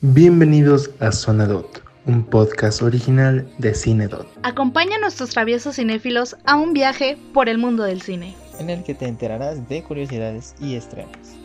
Bienvenidos a Sonadot, un podcast original de Cinedot. Acompaña a nuestros traviesos cinéfilos a un viaje por el mundo del cine. en el que te enterarás de curiosidades y estrenos.